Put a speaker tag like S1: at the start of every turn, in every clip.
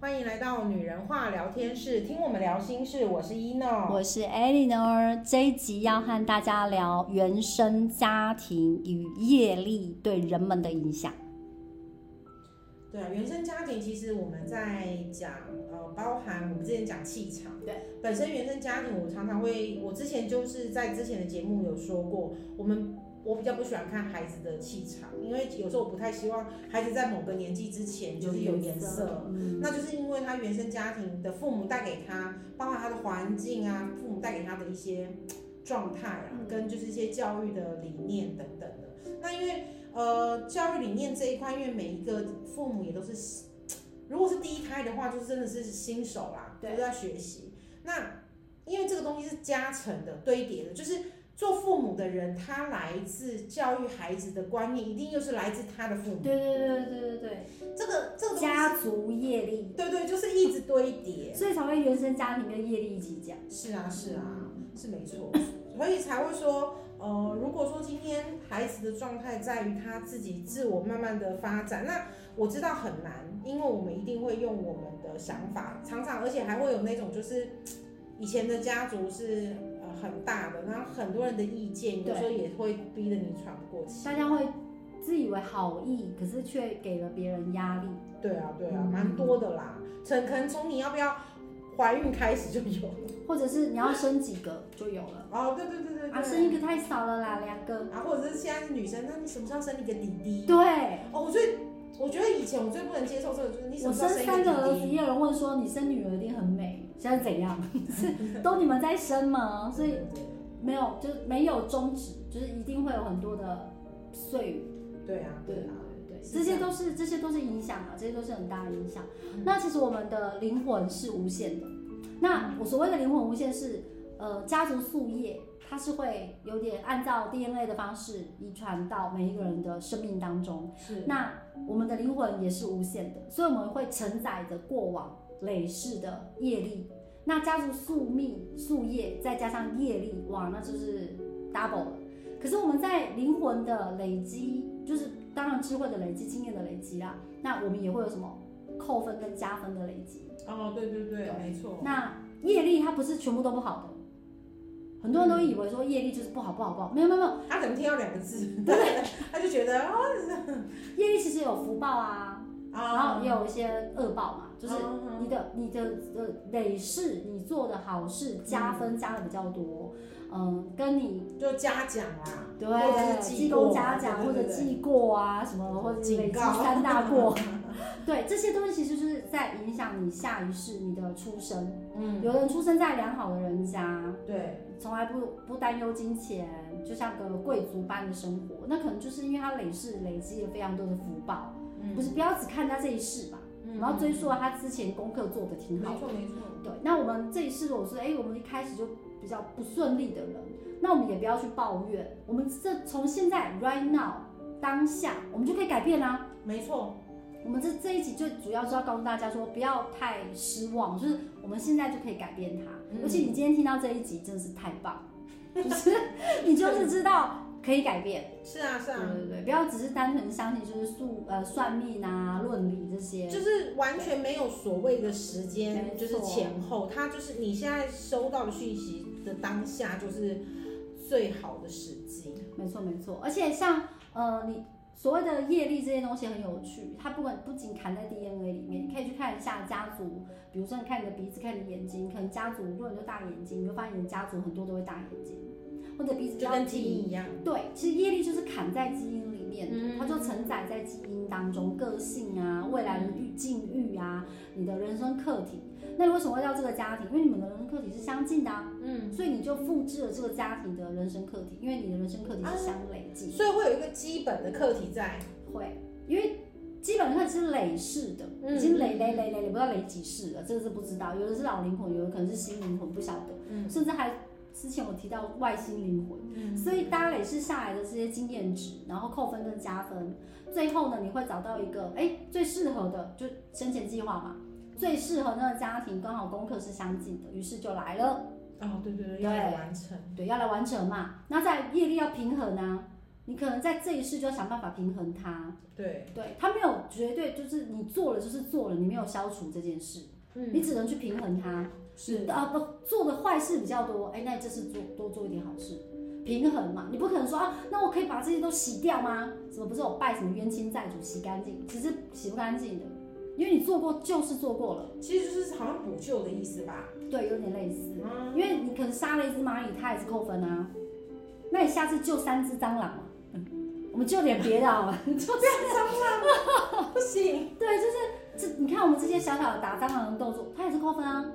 S1: 欢迎来到女人话聊天室，听我们聊心事。我是一诺，
S2: 我是 Eleanor。这一集要和大家聊原生家庭与业力对人们的影响。
S1: 对啊，原生家庭其实我们在讲，呃，包含我们之前讲气场，
S2: 对，
S1: 本身原生家庭，我常常会，我之前就是在之前的节目有说过，我们我比较不喜欢看孩子的气场，因为有时候我不太希望孩子在某个年纪之前就是有颜色，
S2: 嗯，
S1: 那就是因为他原生家庭的父母带给他，包含他的环境啊，父母带给他的一些状态啊
S2: 嗯，
S1: 跟就是一些教育的理念等等的。那因为呃教育理念这一块，因为每一个父母也都是，如果是第一胎的话，就是真的是新手啦，都
S2: 对
S1: 是在学习。那因为这个东西是加成的、堆叠的，就是做父母的人，他来自教育孩子的观念，一定又是来自他的父母。
S2: 对对对对对
S1: 这个这个东
S2: 对，
S1: 西
S2: 家族业力，
S1: 对对，就是一直堆叠。
S2: 所以才会原生家庭跟业力一起讲。
S1: 是啊，是啊，是没错，所以才会说，呃，如果说今天孩子的状态在于他自己自我慢慢的发展，那我知道很难，因为我们一定会用我们的想法，常常而且还会有那种就是以前的家族是呃很大的，然后很多人的意见，有时候也会逼得你喘不过气。
S2: 大家会自以为好意，可是却给了别人压力。
S1: 对啊，对啊，蛮多的啦，从可能从你要不要怀孕开始就有了。
S2: 或者是你要生几个就有了
S1: 哦，对对对对对。
S2: 啊，生一个太少了啦，两个。
S1: 啊，或者是现在是女生，那你什么时候生一个弟弟？
S2: 对，
S1: 哦，我最我觉得以前我最不能接受这个，就是你什
S2: 我
S1: 么时候
S2: 生
S1: 生一
S2: 三个儿
S1: 弟
S2: 子，
S1: 弟？
S2: 也有人问说你生女儿一定很美，现在怎样？是都你们在生吗？所以没有，就是没有终止，就是一定会有很多的碎语。
S1: 对啊，对啊，
S2: 对，
S1: 是
S2: 这
S1: 这
S2: 些
S1: 嗯
S2: 都是这些都是影响啊，这些都是很大的影响。那其实我们的灵魂是无限的。
S1: 嗯
S2: 那我所谓的灵魂无限是，呃，家族宿业，它是会有点按照 DNA 的方式遗传到每一个人的生命当中。
S1: 是
S2: 那我们的灵魂也是无限的，所以我们会承载着过往累世的业力。那家族宿命、宿业，再加上业力，哇，那就是 double 了。可是我们在灵魂的累积，就是当然智慧的累积、经验的累积啦，那我们也会有什么扣分跟加分的累积。
S1: 哦，对对对，
S2: 对
S1: 没错，
S2: 那业力它不是全部都不好的，很多人都以为说业力就是不好、不好、不好，没有没有没有，
S1: 他可能听到两个 字，对，他就觉得啊
S2: 业力其实有福报啊，然后
S1: 啊，
S2: 也有一些恶报嘛，就是
S1: 嗯
S2: 你的你的呃累世，你做的好事加
S1: 嗯
S2: 分加的比较多，嗯，跟你
S1: 就嘉奖啦，
S2: 对
S1: 或者是
S2: 积
S1: 记过
S2: 功嘉奖
S1: 对
S2: 或
S1: 对
S2: 者
S1: 对
S2: 记过啊什么，或者
S1: 警
S2: 累积
S1: 告
S2: 三大过，对这些东西其实就是在影响你下一世你的出生。
S1: 嗯，
S2: 有人出生在良好的人家，
S1: 对，
S2: 从来不不担忧金钱，就像个贵族般的生活，那可能就是因为他累世累积了非常多的福报，
S1: 嗯
S2: 不是不要只看他这一世吧，
S1: 嗯
S2: 然后追溯他之前功课做的挺
S1: 没
S2: 好的。
S1: 错没错，
S2: 对，那我们这一世如果说，哎、我们一开始就比较不顺利的人，那我们也不要去抱怨，我们这从现在 right now 当下，我们就可以改变啦、
S1: 没错，
S2: 我们这这一集最主要是要告诉大家说，不要太失望，就是我们现在就可以改变它。
S1: 嗯
S2: 尤其你今天听到这一集，真的是太棒， 就是你就是知道可以改变。
S1: 是啊 是
S2: 对
S1: 啊，
S2: 对对，不要只是单纯相信就是数呃算命啊、论理这些。
S1: 就是完全没有所谓的时间，
S2: 没错
S1: 就是前后，它就是你现在收到的讯息的当下，就是最好的时机。
S2: 没错没错，而且像呃，你所谓的业力这些东西很有趣，它不管不仅含在 DNA 里面，你可以去看一下家族，比如说你看你的鼻子，看你的眼睛，可能家族如果你就大眼睛，你会发现你的家族很多都会大眼睛，或者鼻子比
S1: 就
S2: 较
S1: 跟基
S2: 挺。
S1: 因一样，
S2: 对，其实业力就是砍在基因里面的，
S1: 嗯
S2: 它就承载在基因当中，个性啊、未来的预境遇啊、你的人生课题。那你为什么会到这个家庭？因为你们的人生课题是相近的、啊，
S1: 嗯，
S2: 所以你就复制了这个家庭的人生课题，因为你的人生课题是相累积，
S1: 所以会有一个基本的课题在，
S2: 会，因为基本上是累世的，
S1: 嗯
S2: 已经累累累累累，不知道累几世了，这个是不知道，有的是老灵魂，有的可能是新灵魂，不晓得，
S1: 嗯
S2: 甚至还之前我提到外星灵魂，所以搭累世下来的这些经验值，然后扣分跟加分，最后呢，你会找到一个哎最适合的，就生前计划嘛，最适合那个家庭，刚好功课是相近的，于是就来了。
S1: 哦，对对对，
S2: 对
S1: 要来完成，
S2: 对，要来完成嘛。那在业力要平衡啊，你可能在这一世就要想办法平衡它。
S1: 对，
S2: 对，它没有绝对，就是你做了就是做了，你没有消除这件事，
S1: 嗯，
S2: 你只能去平衡它。
S1: 是
S2: 啊，不做的坏事比较多，哎，那你这次做多做一点好事，平衡嘛。你不可能说啊，那我可以把这些都洗掉吗？什么不是有拜什么冤亲债主洗干净，其实洗不干净的，因为你做过就是做过了，
S1: 其实就是好像补救的意思吧。
S2: 对，有点类似。
S1: 嗯，
S2: 因为你可能杀了一只蚂蚁，它也是扣分啊。那你下次救三只蟑螂嘛？嗯，我们救点别的好了。
S1: 不行，
S2: 对，就是这，你看我们这些小小的打蟑螂的动作，它也是扣分啊。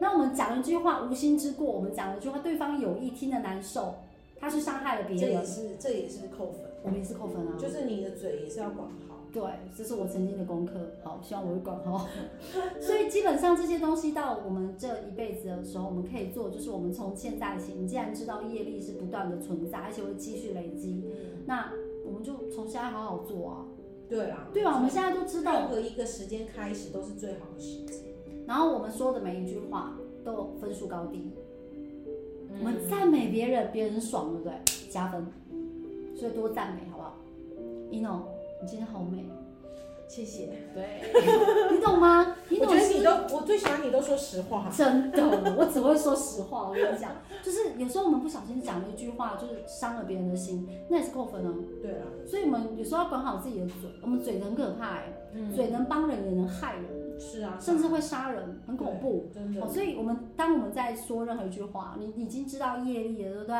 S2: 那我们讲了一句话，无心之过，我们讲了一句话，对方有意听得难受，他去伤害了
S1: 这
S2: 别
S1: 也
S2: 人，
S1: 是这也是扣分，
S2: 我们也是扣分啊。
S1: 就是你的嘴也是要管好。
S2: 对，这是我曾经的功课。好，希望我会管好。 所以基本上这些东西到我们这一辈子的时候，我们可以做，就是我们从现在起，你既然知道业力是不断的存在，而且会继续累积，
S1: 嗯，
S2: 那我们就从现在好好做啊，
S1: 对啦，
S2: 对啊吧？我们现在都知
S1: 任
S2: 道，
S1: 何一个时间开始都是最好的时机。
S2: 然后我们说的每一句话都有分数高低，我
S1: 嗯
S2: 们赞美别人，别人爽，对不对？加分，所以多赞美好不好？ino，你今天好美，
S1: 谢谢。
S2: 对， 你懂吗？你
S1: 我
S2: 懂
S1: 觉得
S2: 是
S1: 你都，我最喜欢你都说实话。
S2: 真的，我只会说实话。我跟你讲，就是有时候我们不小心讲了一句话，就是伤了别人的心，那也是扣分哦。
S1: 对啦，
S2: 所以我们有时候要管好自己的嘴，我们嘴很可怕、欸，
S1: 嗯，
S2: 嘴能帮人也能害人，
S1: 是啊，
S2: 甚至会杀人，很恐怖。
S1: 嗯真
S2: 哦，
S1: 的，
S2: 所以我们当我们在说任何一句话，你你已经知道业力了，对不对？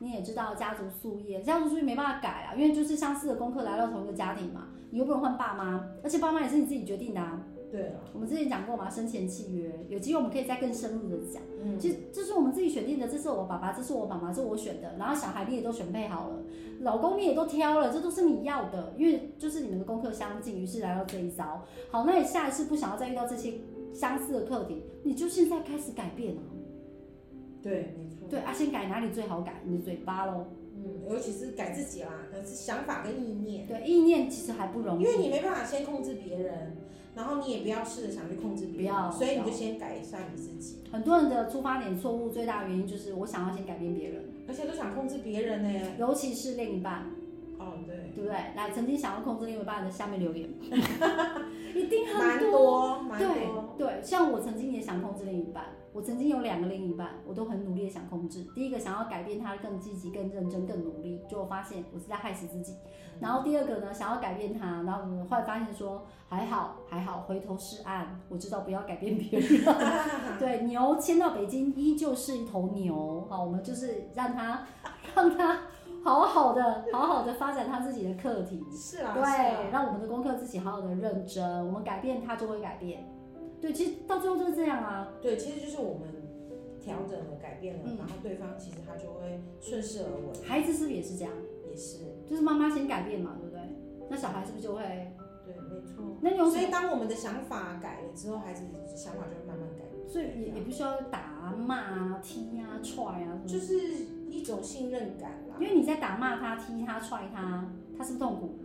S2: 你也知道家族宿业，家族宿业没办法改啊，因为就是相似的功课来到同一个家庭嘛，你又不能换爸妈，而且爸妈也是你自己决定的啊。
S1: 对啦，
S2: 我们之前讲过嘛，生前契约，有机会我们可以再更深入的讲。
S1: 嗯，
S2: 其实这是我们自己选定的，这是我爸爸，这是我妈妈，这是我选的。然后小孩你也都选配好了，老公你也都挑了，这都是你要的，因为就是你们的功课相近，于是来到这一招。好，那你下一次不想要再遇到这些相似的课题，你就现在开始改变啊。
S1: 对，没错，
S2: 对啊，先改哪里最好改？你的嘴巴咯。
S1: 嗯，尤其是改自己啦，改自想法跟意念。
S2: 对，意念其实还不容易
S1: 因，为你没办法先控制别人，然后你也不要试着想去控制别
S2: 不要
S1: 人，所以你
S2: 不
S1: 就
S2: 要
S1: 先改一下你自己，
S2: 很多人的出发点错误，最大的原因就是我想要先改变别人，
S1: 而且都想控制别人呢。
S2: 尤其是另一半。
S1: 哦，对，
S2: 对不对？来，曾经想要控制另一半的下面 留言，一定
S1: 蛮
S2: 很
S1: 多蛮
S2: 对
S1: 多，
S2: 对，像我曾经也想控制另一半，我曾经有两个另一半，我都很努力的想控制。第一个想要改变他更积极、更认真、更努力，结果发现我是在害死自己。
S1: 嗯
S2: 然后第二个呢，想要改变他，然后我后来发现说还好还好，回头是岸，我知道不要改变别人。对，牛迁到北京依旧是一头牛，好，我们就是让它让它好好的好好的发展它自己的课题。
S1: 是啊，
S2: 对，
S1: 是啊，
S2: 让我们的功课自己好好的认真，我们改变它就会改变。对，其实到最后就是这样啊。
S1: 对，其实就是我们调整了、改变了
S2: 嗯，
S1: 然后对方其实他就会顺势而为，
S2: 孩子是不是也是这样？
S1: 也是，
S2: 就是妈妈先改变嘛，对不对？那小孩是不是就会？
S1: 对，没错。
S2: 那你有什
S1: 所以
S2: 么？
S1: 当我们的想法改了之后，孩子想法就会慢慢改变，
S2: 所以也也不需要打啊、骂啊、踢啊、踹啊什
S1: 就
S2: 么。
S1: 是一种信任感啦
S2: 因。为你在打骂他、踢他、踹他，他是不是痛苦？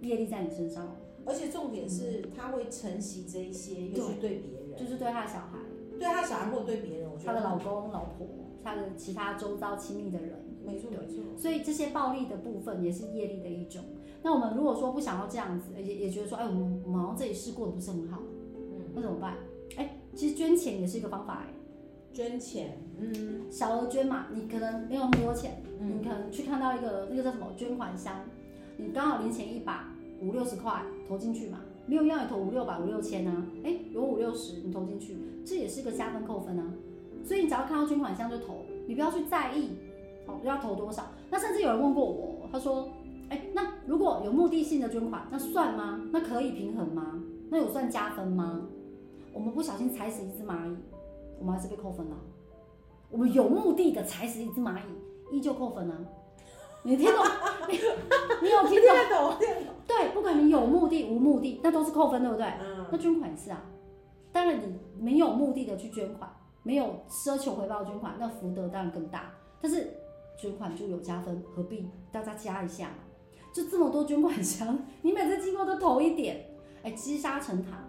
S2: 业力在你身上，
S1: 而且重点是，他会承袭这一些，又去对别人，
S2: 就是对他的小孩、
S1: 对他小孩或对别人，我觉
S2: 他的
S1: 得
S2: 老公、老婆、他的其他周遭亲密的人。
S1: 没错
S2: 对
S1: 没错，
S2: 所以这些暴力的部分也是业力的一种。那我们如果说不想要这样子，也也觉得说，哎，我们我们好像这里试过的不是很好，
S1: 嗯，
S2: 那怎么办？哎，其实捐钱也是一个方法，哎，
S1: 捐钱，嗯
S2: 小额捐嘛，你可能没有那么多钱，
S1: 嗯
S2: 你可能去看到一个那个叫什么捐款箱，你刚好零钱一把五六十块投进去嘛，没有要你投五六百五六千啊，哎，有五六十你投进去，这也是一个加分扣分啊。所以你只要看到捐款箱就投，你不要去在意哦要投多少。那甚至有人问过我，他说，哎，那如果有目的性的捐款，那算吗？那可以平衡吗？那有算加分吗？我们不小心踩死一只蚂蚁，我们还是被扣分了、我们有目的的踩死一只蚂蚁，依旧扣分啊！你听懂？ 你你有听懂？
S1: 得懂，
S2: 对，不管你有目的无目的，那都是扣分，对不对？
S1: 嗯，
S2: 那捐款也是啊，当然你没有目的的去捐款，没有奢求回报的捐款，那福德当然更大。但是捐款就有加分，何必大家加一下嘛？就这么多捐款箱， 你每次经过都投一点，哎，积沙成塔，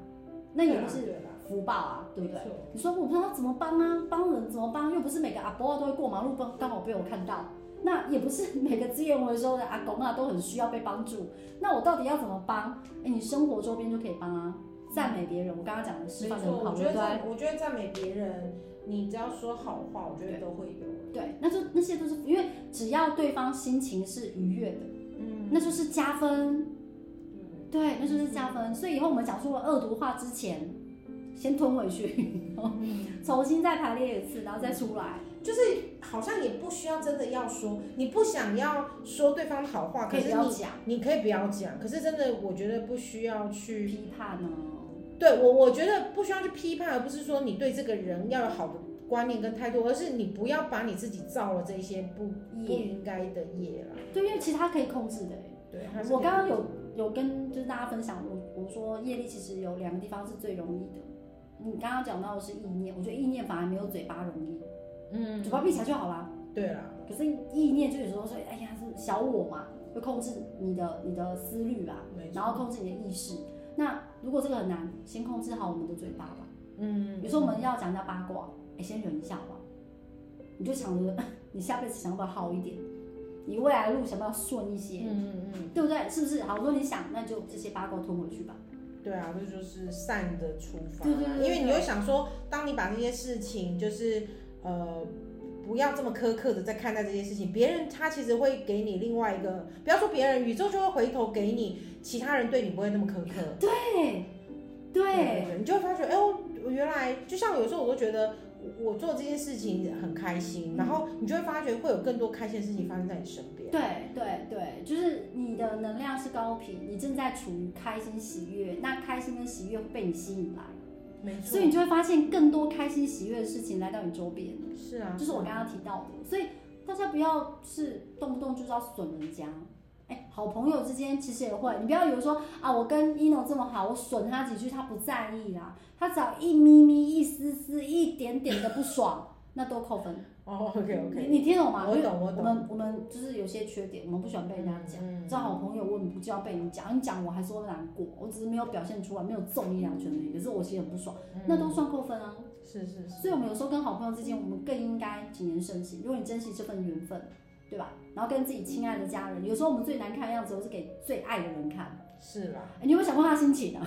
S2: 那也不是
S1: 对啦，
S2: 福报啊，对
S1: 对
S2: 不对
S1: 啦没？错，
S2: 你说我不知道怎么帮啊，帮人怎么帮？又不是每个阿伯都会过马路，刚刚好被我看到，那也不是每个资源回收的阿公啊都很需要被帮助。那我到底要怎么帮？哎，你生活周边就可以帮啊，赞美别人。我刚刚讲的
S1: 嗯
S2: 示
S1: 没
S2: 范的
S1: 错，
S2: 很好，
S1: 我
S2: 对
S1: 觉得
S2: 不对？
S1: 赞，我觉得赞美别人，你只要说好话，我觉得都会有。
S2: 对，那就那些都是因为只要对方心情是愉悦的，
S1: 嗯，
S2: 那就是加分。
S1: 嗯
S2: 对，那就是加分。所以以后我们讲出了恶毒话之前，先吞回去，然后
S1: 嗯
S2: 重新再排列一次，然后再出来。
S1: 就是好像也不需要真的要说，你不想要说对方好话，可
S2: 可以不
S1: 是
S2: 要
S1: 你
S2: 讲
S1: 你可以不要讲，可是真的我觉得不需要去，
S2: 批判呢、
S1: 对我我觉得不需要去批判，而不是说你对这个人要有好的观念跟态度，而是你不要把你自己造了这些不不
S2: 业，
S1: 应该的业啦。
S2: 对，因为其他可以控制的、欸。
S1: 对，还是
S2: 我
S1: 可以
S2: 刚刚有有跟就是大家分享，我我说业力其实有两个地方是最容易的。你刚刚讲到的是意念，我觉得意念反而没有嘴巴容易，
S1: 嗯，
S2: 嘴巴闭起来就好啦。
S1: 对啦，
S2: 可是意念就有时候说，哎呀，是小我嘛，会控制你的你的思虑啊，
S1: 没
S2: 然
S1: 错，
S2: 后控制你的意识。那如果这个很难，先控制好我们的嘴巴吧。
S1: 嗯
S2: 比如说我们要讲人家八卦，哎，先忍一下吧。你就想着 你下辈子想法好一点，你未来的路想不要顺一些，
S1: 嗯嗯嗯，
S2: 对不对？是不是？好，我说你想，那就这些八卦吞回去吧。
S1: 对啊，这就是善的出发啦，
S2: 对对对对
S1: 因为你会想说，当你把这些事情就是呃。不要这么苛刻的在看待这些事情，别人他其实会给你另外一个，不要说别人，宇宙就会回头给你，其他人对你不会那么苛刻。
S2: 对，对，，
S1: 你就会发觉，哎呦，我原来就像有时候我都觉得我我做这件事情很开心，
S2: 嗯
S1: 然后你就会发觉会有更多开心的事情发生在你身边。
S2: 对，对，对，就是你的能量是高频，你正在处于开心喜悦，那开心跟喜悦会被你吸引来，
S1: 没
S2: 所以你就会发现更多开心喜悦的事情来到你周边，
S1: 是啊，
S2: 就是我刚刚提到的，所以大家不要是动不动就是要损人家。哎，好朋友之间其实也会，你不要以为说啊，我跟 ino 这么好，我损他几句他不在意啦，他只要一咪咪、一丝丝、一点点的不爽，那都扣分。
S1: 哦，OK
S2: 你
S1: OK，
S2: 你听 懂吗？
S1: 我
S2: 因为
S1: 懂我
S2: 我
S1: 懂，
S2: 们我们就是有些缺点，我们不喜欢被人家讲。
S1: 嗯
S2: 做好朋友，我很不就要被你讲，你讲我还是会难过，我只是没有表现出来，没有揍你两拳而已。可是我其实很不爽，
S1: 嗯
S2: 那都算扣分啊。
S1: 是是是，
S2: 所以，我们有时候跟好朋友之间，我们更应该谨言慎行。如果你珍惜这份缘分，对吧？然后跟自己亲爱的家人，有时候我们最难看的样子，都是给最爱的人看。
S1: 是啦，
S2: 哎你有没有想过他的心情啊？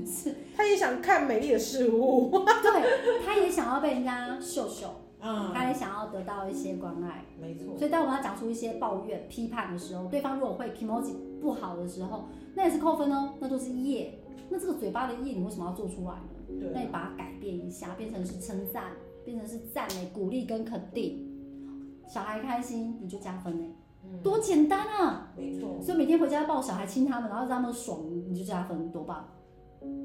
S1: 他也想看美丽的事物，
S2: 对，他也想要被人家秀秀，
S1: 啊
S2: 他也想要得到一些关爱。
S1: 没错，
S2: 所以当我们要讲出一些抱怨、批判的时候，对方如果会 emoji 不好的时候，那也是扣分哦，那都是业。那这个嘴巴的业，你为什么要做出来呢？
S1: 对啊
S2: 那你把它改变一下，变成是称赞，变成是赞美、鼓励跟肯定。小孩开心，你就加分哎，
S1: 嗯
S2: 多简单啊！
S1: 没错，
S2: 所以每天回家抱小孩亲他们，然后让他们爽，你就加分，多棒！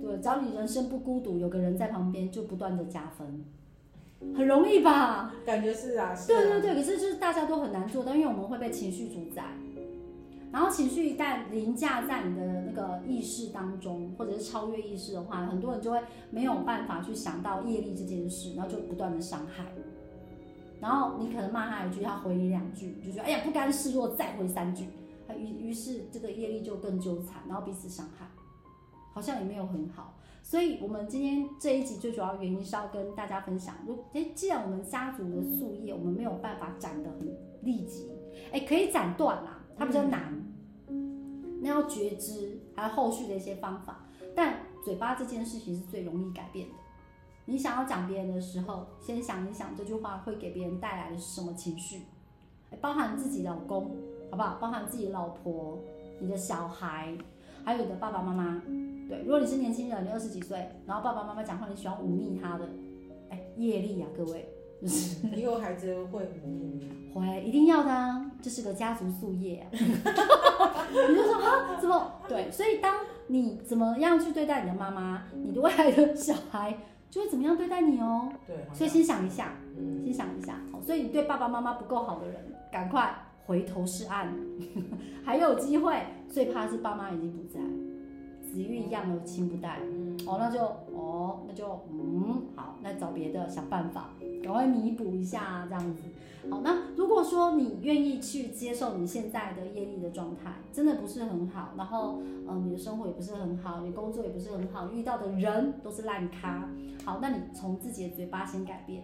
S2: 对，只要你人生不孤独，有个人在旁边，就不断的加分，很容易吧？
S1: 感觉是啊，是
S2: 对对
S1: 啊，
S2: 对，可是就是大家都很难做到，因为我们会被情绪主宰，然后情绪一旦凌驾在你的那个意识当中，或者是超越意识的话，很多人就会没有办法去想到业力这件事，然后就不断的伤害。然后你可能骂他一句，他回你两句，你就觉得哎呀不甘示弱，再回三句，他于于是这个业力就更纠缠，然后彼此伤害，好像也没有很好。所以，我们今天这一集最主要原因是要跟大家分享，如诶，既然我们家族的树叶我们没有办法斩得很立即，诶，可以斩断啦，它比较难，那要觉知，还有后续的一些方法。但嘴巴这件事情是最容易改变的。你想要讲别人的时候，先想一想这句话会给别人带来的是什么情绪，诶包含自己老公，好不好？包含自己老婆、你的小孩，还有你的爸爸妈妈。对，如果你是年轻人，你二十几岁，然后爸爸妈妈讲话你喜欢忤逆他的，哎，业力啊，各位，
S1: 以后孩子会母语，
S2: 会一定要的、啊，这是个家族宿业啊。 你就说啊，怎么对？所以当你怎么样去对待你的妈妈，你的未来的小孩就会怎么样对待你哦。
S1: 对，好
S2: 所以先想一下，
S1: 嗯，
S2: 先想一下。好所以你对爸爸妈妈不够好的人，赶快回头是岸， 还有机会。最怕是爸妈已经不在，子欲养而亲不待。
S1: 嗯
S2: 哦，那就哦，那就嗯，好，那找别的想办法，赶快弥补一下、啊、这样子。好，那如果说你愿意去接受你现在的业力的状态，真的不是很好，然后呃，你的生活也不是很好，你工作也不是很好，遇到的人都是烂咖。好，那你从自己的嘴巴先改变。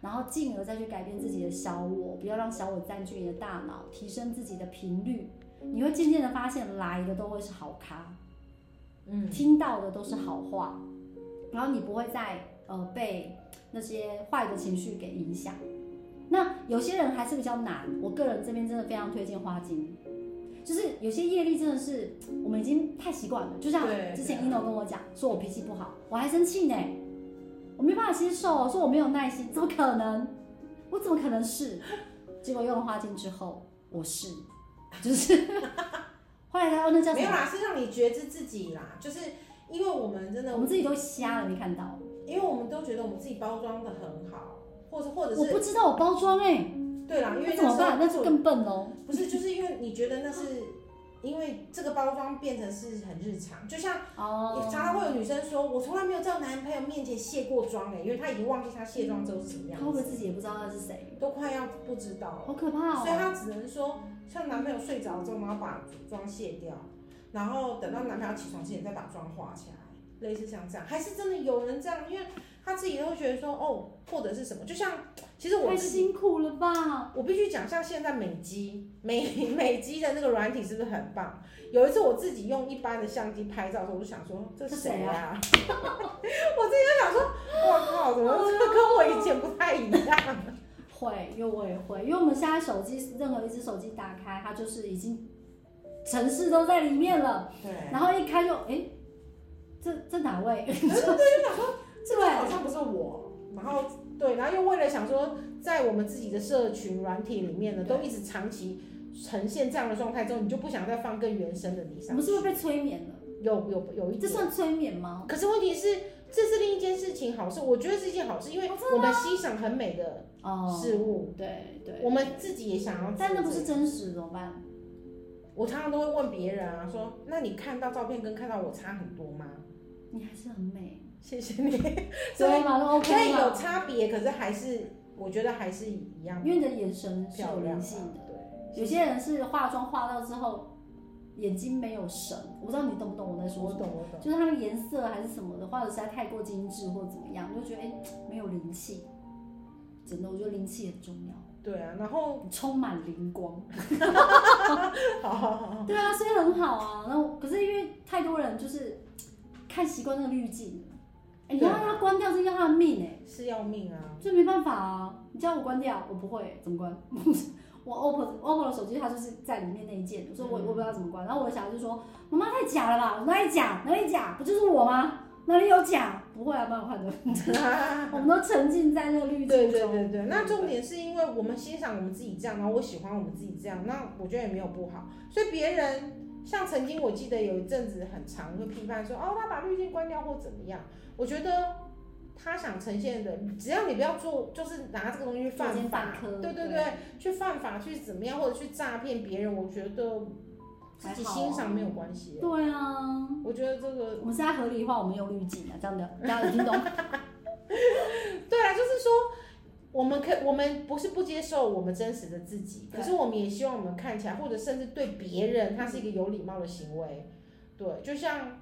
S2: 然后进而再去改变自己的小我，不要让小我占据你的大脑，提升自己的频率，你会渐渐的发现来的都会是好咖，
S1: 嗯，
S2: 听到的都是好话，然后你不会再呃被那些坏的情绪给影响。那有些人还是比较难，我个人这边真的非常推荐花精，就是有些业力真的是我们已经太习惯了，就像
S1: 对对
S2: 之前
S1: 啊
S2: 一 n 跟我讲说我脾气不好，我还生气呢，我没办法接受，说我没有耐心，怎么可能？我怎么可能是？结果用了花精之后，我是，就是 后来他哦那叫什
S1: 没有
S2: 么？
S1: 啦，是让你觉知自己啦，就是因为我们真的嗯
S2: 我，们自己都瞎了，没看到。
S1: 因为我们都觉得我们自己包装的很好，或者或者
S2: 我
S1: 是
S2: 不知道我包装哎、
S1: 对啦，因为那
S2: 那怎么办？那
S1: 时
S2: 是
S1: 候
S2: 更笨哦。
S1: 不是就是因为你觉得那是。因为这个包装变成是很日常，就像常
S2: 哦，
S1: 常会有女生说，我从来没有在我男朋友面前卸过妆哎、因为她已经忘记她卸妆之后是什么
S2: 他
S1: 样
S2: 会不会
S1: 子，
S2: 自己也不知道他是谁？
S1: 都快要不知道了。
S2: 嗯好可怕
S1: 所以
S2: 哦！
S1: 她只能说，像男朋友睡着之后，然后把妆卸掉，然后等到男朋友起床之前再把妆化起来，类似像这样，还是真的有人这样，因为她自己都会觉得说，哦，或者是什么，就像其实我
S2: 太
S1: 自己，
S2: 辛苦了吧？
S1: 我必须讲，像现在美肌 美美肌的那个软体是不是很棒？有一次我自己用一般的相机拍照的时候，我就想说，这是谁啊？ 我自己就想说，我靠，怎么这跟我以前不太一样？
S2: 会，因为我也会，因为我们现在手机任何一只手机打开，它就是已经城市都在里面了，
S1: 对，
S2: 然后一开就哎、诶这这哪位？
S1: 这个好像不是我。然后对，然后又为了想说，在我们自己的社群软体里面呢，
S2: 对
S1: 都一直长期呈现这样的状态之后，你就不想再放更原生的你
S2: 我
S1: 上
S2: 们
S1: 去。
S2: 是不是被催眠了？
S1: 有有有一
S2: 这
S1: 点，
S2: 算催眠吗？
S1: 可是问题是，这是另一件事情，好事，我觉得是一件好事，因为
S2: 哦
S1: 我们欣赏很美的
S2: 哦，
S1: 事物，
S2: 对对，
S1: 我们自己也想要。
S2: 但那不是，真实，怎么办？
S1: 我常常都会问别人啊，说，那你看到照片跟看到我差很多吗？
S2: 你还是很美，
S1: 谢谢你。所以
S2: 对啊吗？都
S1: 所以
S2: OK
S1: 有
S2: 吗？
S1: 差别，可是还是我觉得还是一样
S2: 因为你的眼神是
S1: 漂
S2: 有
S1: 亮
S2: 灵
S1: 啊
S2: 性的。
S1: 对。
S2: 有些人是化妆化到之后眼睛没有神，我不知道你懂不懂我在说
S1: 我
S2: 什么，
S1: 懂，我懂。
S2: 就是它的颜色还是什么的，画的实在太过精致或怎么样，你就觉得哎、没有灵气。真的，我觉得灵气很重要，
S1: 对啊，然后
S2: 你充满 灵光。
S1: 好好好，
S2: 对啊，所以很好啊。然后可是因为太多人就是看习惯那个滤镜了，哎、你
S1: 对
S2: 要让它关掉是要他的命哎、
S1: 是要命啊！
S2: 这没办法啊！你叫我关掉，我不会，怎么关？ 我 OPPO OPPO 的手机它就是在里面那一键，所以我
S1: 嗯
S2: 我不知道怎么关。然后我的小孩就说：“妈妈太假了吧，哪里假哪里假，不就是我吗？哪里有假？不会啊，蛮好看的。 我们都沉浸在那个滤镜中。
S1: 对对对对，那重点是因为我们欣赏我们自己这样，然后我喜欢我们自己这样，那我觉得也没有不好。所以别人像曾经我记得有一阵子很长会批判说，哦，他把滤镜关掉或怎么样，我觉得。他想呈现的，只要你不要做，就是拿这个东西去犯
S2: 作奸
S1: 法
S2: 犯，科
S1: 对对
S2: 对
S1: 对，去犯法去怎么样，或者去诈骗别人，我觉得自己
S2: 还好啊
S1: 欣赏没有关系。
S2: 对啊，
S1: 我觉得这个
S2: 我们是在合理化我们用滤镜啊，这 样的大家有听懂？
S1: 对啊，就是说，我们可我们不是不接受我们真实的自己，
S2: 对
S1: 可是我们也希望我们看起来，或者甚至对别人，他是一个有礼貌的行为。对，就像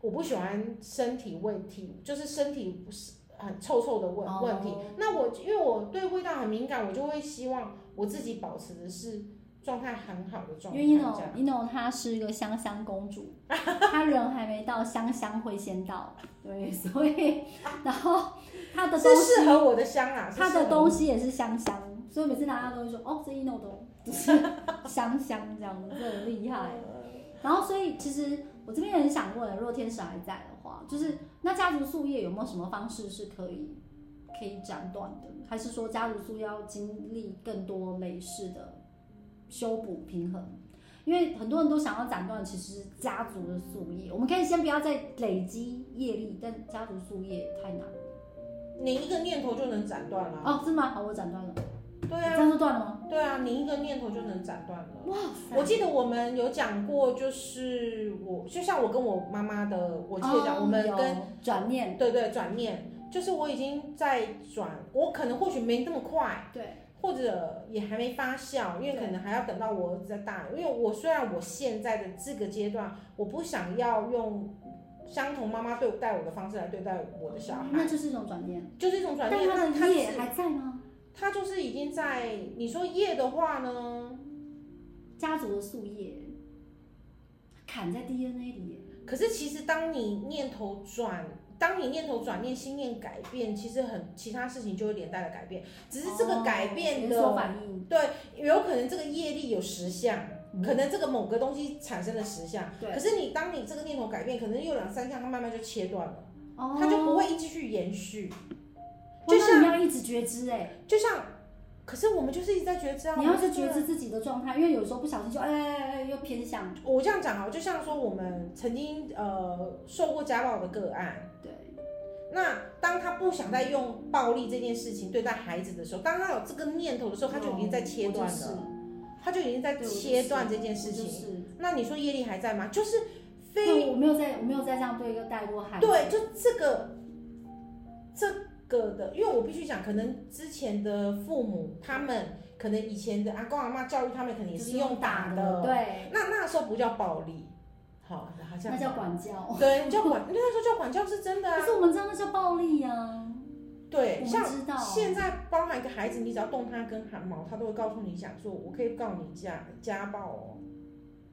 S1: 我不喜欢身体问题，就是身体不是很臭臭的问问题。
S2: 哦
S1: 那我因为我对味道很敏感，我就会希望我自己保持的是状态很好的状
S2: 因哦
S1: 态。
S2: 为 ino
S1: 这样
S2: ino 她是一个香香公主，她人还没到，香香会先到，对，所以然后她的东
S1: 是
S2: 西
S1: 适合我的香啊，
S2: 她的东
S1: 西
S2: 西也是香香，所以每次拿她的东西说哦，这 ino 的哦，就是香香这样子，这很厉害。然后所以其实我这边也很想问，如果天使还在的话，就是那家族宿业有没有什么方式是可以可以斩断的，还是说家族宿要经历更多类似的修补平衡？因为很多人都想要斩断，其实是家族的宿业，我们可以先不要再累积业力，但家族宿业太难了。
S1: 你一个念头就能斩断了。
S2: 哦，是吗？好，我斩断了，
S1: 对
S2: 这
S1: 啊，
S2: 样就断了吗？
S1: 对啊，你一个念头就能斩断了。
S2: 哇
S1: 我记得我们有讲过，就是我就像我跟我妈妈的，我记得讲、
S2: 哦
S1: 我们跟
S2: 有转念，
S1: 对对转念，就是我已经在转，我可能或许没那么快，
S2: 对，
S1: 或者也还没发酵，因为
S2: 对
S1: 可能还要等到我儿子再大。因为我虽然我现在的这个阶段，我不想要用相同妈妈对待我的方式来对待我的小
S2: 那
S1: 孩，
S2: 就是一种转念。
S1: 就是一种转
S2: 嗯但
S1: 变。
S2: 他
S1: 那
S2: 的
S1: 他就
S2: 业
S1: 是
S2: 还在吗？
S1: 他就是已经在你说业的话呢，
S2: 家族的树叶砍在 DNA 里耶，
S1: 可是其实当你念头转，当你念头转念、心念改变，其实很其他事情就会连带的改变，只是这个改变的、
S2: 哦连锁反应，
S1: 对，有可能这个业力有十项，
S2: 嗯
S1: 可能这个某个东西产生了十项，可
S2: 对，
S1: 是你当你这个念头改变，可能又两三项，它慢慢就切断了，
S2: 哦
S1: 它就不会继续延续。
S2: 就
S1: 就像
S2: 像你要一直觉知哎，
S1: 就像，可是我们就是一直在觉知啊，
S2: 你
S1: 我
S2: 要
S1: 们就是
S2: 觉知自己的状态，因为有时候不小心就哎哎哎哎又偏向，
S1: 我这样讲啊，就像说我们曾经呃受过家暴的个案，
S2: 对，
S1: 那当他不想再用暴力这件事情对待孩子的时候，当他有这个念头的时候，他就已经在切
S2: 哦
S1: 断了，他就已经在
S2: 对我就是
S1: 切断这件
S2: 我
S1: 事
S2: 就
S1: 情。
S2: 是，
S1: 那你说业力还在吗？就是非
S2: 对，我没有在，我没有在这样对一个带过孩子，
S1: 对，就这个这个的，因为我必须讲，可能之前的父母他们可能以前的阿公阿妈教育他们，可能也
S2: 就是
S1: 用打
S2: 的，
S1: 的，
S2: 对，
S1: 那那时候不叫暴力，好，好像
S2: 那叫管教。
S1: 对，叫管，那时候叫管教是真的
S2: 可
S1: 啊。
S2: 是我们知道那叫暴力啊，我
S1: 对，
S2: 们
S1: 像
S2: 知道，
S1: 现在包含一个孩子，你只要动他根汗毛，他都会告诉你讲说，我可以告你家家暴哦。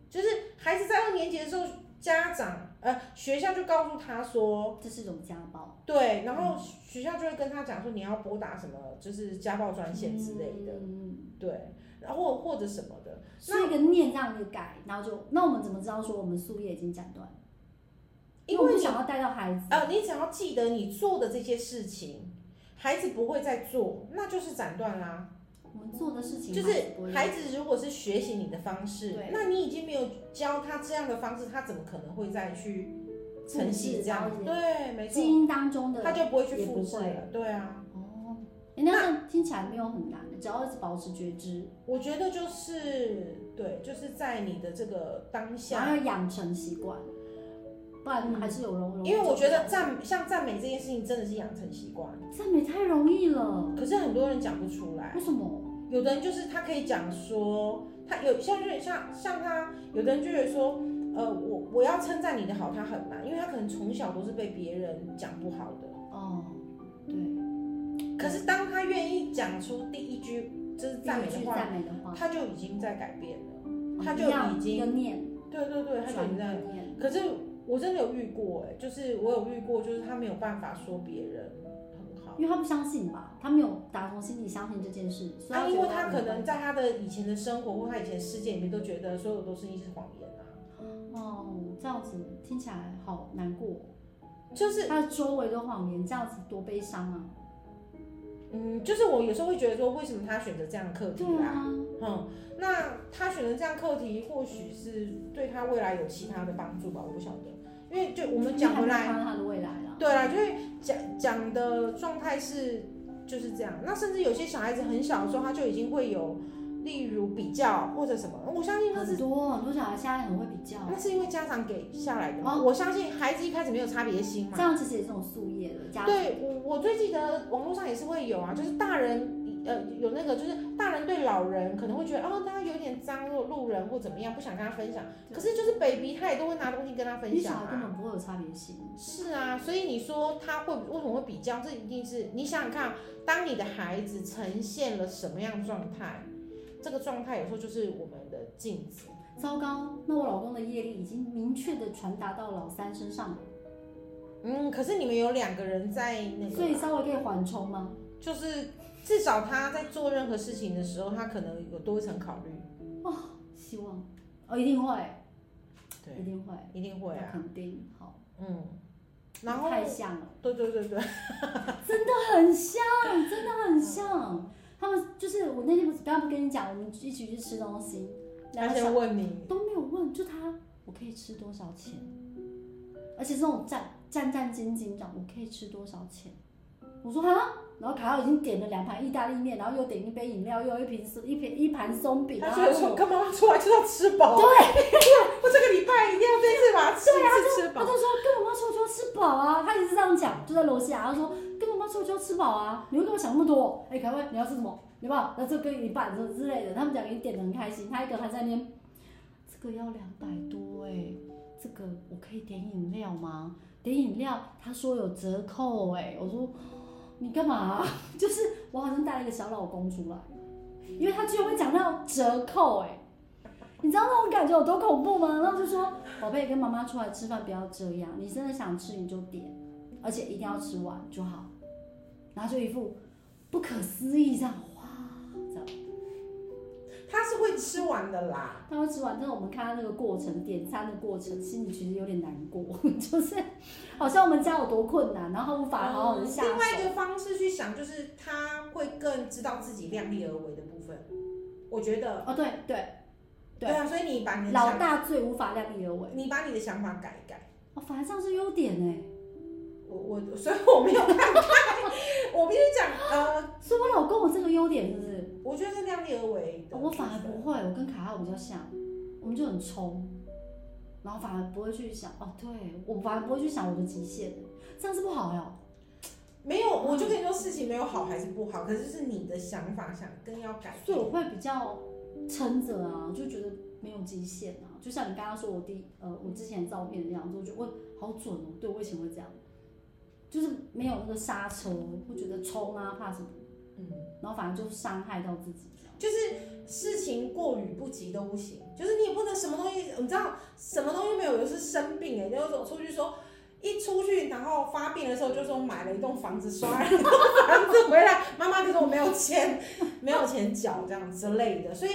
S1: 就是孩子在二年级的时候，家长呃学校就告诉他说，
S2: 这是一种家暴
S1: 对，然后学校就会跟他讲说你要拨打什么，就是家暴专线之类的，
S2: 嗯，
S1: 对，然后或者什么的，
S2: 所以一个念让一个改，然后就那我们怎么知道说我们树叶已经斩断？
S1: 因
S2: 我
S1: 为
S2: 不
S1: 你
S2: 想要带到孩子，
S1: 呃你只要记得你做的这些事情，孩子不会再做，那就是斩断啊啦、
S2: 我们做的事情
S1: 就是
S2: 不会
S1: 孩子如果是学习你的方式
S2: 对，
S1: 那你已经没有教他这样的方式，他怎么可能会再去承袭这样子？
S2: 复制
S1: 对，没
S2: 基
S1: 错，
S2: 因当中的
S1: 他就不会去
S2: 也不
S1: 复制
S2: 会
S1: 了。对啊，
S2: 哦，诶那这样听起来没有很难的，只要一直保持觉知，
S1: 我觉得就是对，就是在你的这个当
S2: 然后
S1: 下，
S2: 要养成习惯，不然还是有容容易
S1: 因为我觉得
S2: 做不了
S1: 赞像赞美这件事情真的是养成习惯，
S2: 赞美太容易了，
S1: 可是很多人讲不出来
S2: 为。什么？
S1: 有的人就是他可以讲说，他有像就是像像他，有的人就会说，呃，我我要称赞你的好，他很难，因为他可能从小都是被别人讲不好的。
S2: 哦，对，
S1: 可是当他愿意讲出第一句就是赞美
S2: 一
S1: 的
S2: 句
S1: 话，
S2: 赞美的话，
S1: 他就已经在改变了。他
S2: 哦
S1: 就
S2: 一样
S1: 已经
S2: 一个念，
S1: 对对对，他就已
S2: 转一
S1: 经
S2: 个
S1: 在。
S2: 念，
S1: 可是我真的有遇过、哎，就是我有遇过，就是他没有办法说别人很好。
S2: 因为他不相信吧，他没有打从心里相信这件事，所以
S1: 啊，
S2: 觉
S1: 因
S2: 得
S1: 为他可
S2: 没
S1: 能在他的以前的生活或他以前的世界里面都觉得所有都是一些谎言啊，
S2: 哦，这样子听起来好难过，
S1: 就是
S2: 他的周围都谎言，这样子多悲伤啊！
S1: 嗯，就是我有时候会觉得说，为什么他选择这样的课题
S2: 对
S1: 啦、
S2: 啊，
S1: 嗯，那他选择这样课题，或许是对他未来有其他的帮助吧，我不晓得。因为就我
S2: 嗯啊
S1: 们讲回来，
S2: 看到他的未来啊了。
S1: 对啦，就是讲讲的状态是就是这样。那甚至有些小孩子很小的时候，他就已经会有，例如比较或者什么，我相信那
S2: 很
S1: 是
S2: 多很多小孩现在很会比较，
S1: 那是因为家长给下来的嘛。
S2: 哦
S1: 我相信孩子一开始没有差别心嘛
S2: 这。样其实也是一种树叶的家庭。
S1: 对我，我最记得网络上也是会有啊，就是大人呃有那个，就是大人对老人可能会觉得哦，他有点脏，路路人或怎么样，不想跟他分享。
S2: 对
S1: 可是就是 baby 他也都会拿东西跟他分
S2: 你
S1: 享
S2: 小孩根
S1: 啊。
S2: 本不会有差别心，
S1: 是啊，所以你说他会为什么会比较？这一定是你想想看，啊当你的孩子呈现了什么样的状态，这个状态有时候就是我们的镜子。
S2: 糟糕！那我老公的业力已经明确的传达到老三身上了，
S1: 嗯，可是你们有两个人在那个，
S2: 所以稍微可以缓冲吗？
S1: 就是至少他在做任何事情的时候，他可能有多一层考虑。
S2: 希望哦，一定会，
S1: 对
S2: 一定会，
S1: 一定会
S2: 那
S1: 啊，
S2: 肯定好。
S1: 嗯，然后
S2: 太像了，
S1: 对对对对，
S2: 很像，真的很像。嗯他们就是我那天不是刚刚不跟你讲，我们一起去吃东西，
S1: 他
S2: 然后
S1: 先
S2: 小
S1: 问你，
S2: 都没有问，就他我可以吃多少钱，而且这种战战战兢兢讲我可以吃多少钱，我说哈。然后卡奥已经点了两盘意大利面，然后又点一杯饮料，又一瓶松一瓶一盘松饼，
S1: 他
S2: 然
S1: 觉
S2: 后
S1: 得
S2: 问
S1: 说
S2: 我
S1: 跟妈妈出来就是要吃饱，对， 我这个礼拜一定要这次把它吃一次吃
S2: 他
S1: 饱。
S2: 就说跟我妈说我就要吃饱啊，他也是这样讲，就在楼下，他说跟我妈说我就要吃饱啊，你会跟我想那么多？哎、凯威你要吃什么？你不要，那这个给你一半这之类的，他们两个人点的很开心，他一个还在那边，这个要两百多哎、这个我可以点饮料吗？点饮料，他说有折扣哎、我说你干嘛、 就是我好像带了一个小老公出来，因为他居然会讲到折扣哎、你知道那种感觉有多恐怖吗？然后就说宝贝，跟妈妈出来吃饭不要这样，你真的想吃你就点，而且一定要吃完就好。然后就一副不可思议这样，哇，这样。
S1: 他是会吃完的啦。
S2: 他会吃完，但是我们看他那个过程，点餐的过程，心里其实有点难过， 就是好像我们家有多困难，然后无法好好的下手。
S1: 嗯另外一个方式去想，就是他会更知道自己量力而为的部分。我觉得，
S2: 哦，对对对
S1: 啊，所以你把你的
S2: 老
S1: 想，
S2: 大最无法量力而为，
S1: 你把你的想法改一改。
S2: 哦，反而这样是优点哎，
S1: 我我，所以我没有看开。 我必须讲，呃，
S2: 所以我老公有这个优点是不是？
S1: 我觉得是量力而为的
S2: 哦
S1: 部分。
S2: 我反而不会，我跟卡卡我比较像，我们就很冲，然后反而不会去想哦，对我反而不会去想我的极限，这样是不好哟。
S1: 没有，我就跟你说事情没有好还是不好，可是是你的想法想更要改
S2: 所以
S1: 变。
S2: 我会比较撑着啊，就觉得没有极限啊。就像你刚刚说我第呃我之前的照片那样子，我觉得我好准哦，对我以前会这样，就是没有那个刹车，会觉得冲啊怕什么，
S1: 嗯，
S2: 然后反而就伤害到自己这样。
S1: 就是事情过于不及都不行，就是你也不能什么东西，你知道什么东西没有，就是生病哎、欸，就是我出去说。一出去，然后发病的时候就说买了一栋房子，刷了一栋房子回来，妈妈就说我没有 钱，没有钱缴这样之类的，所以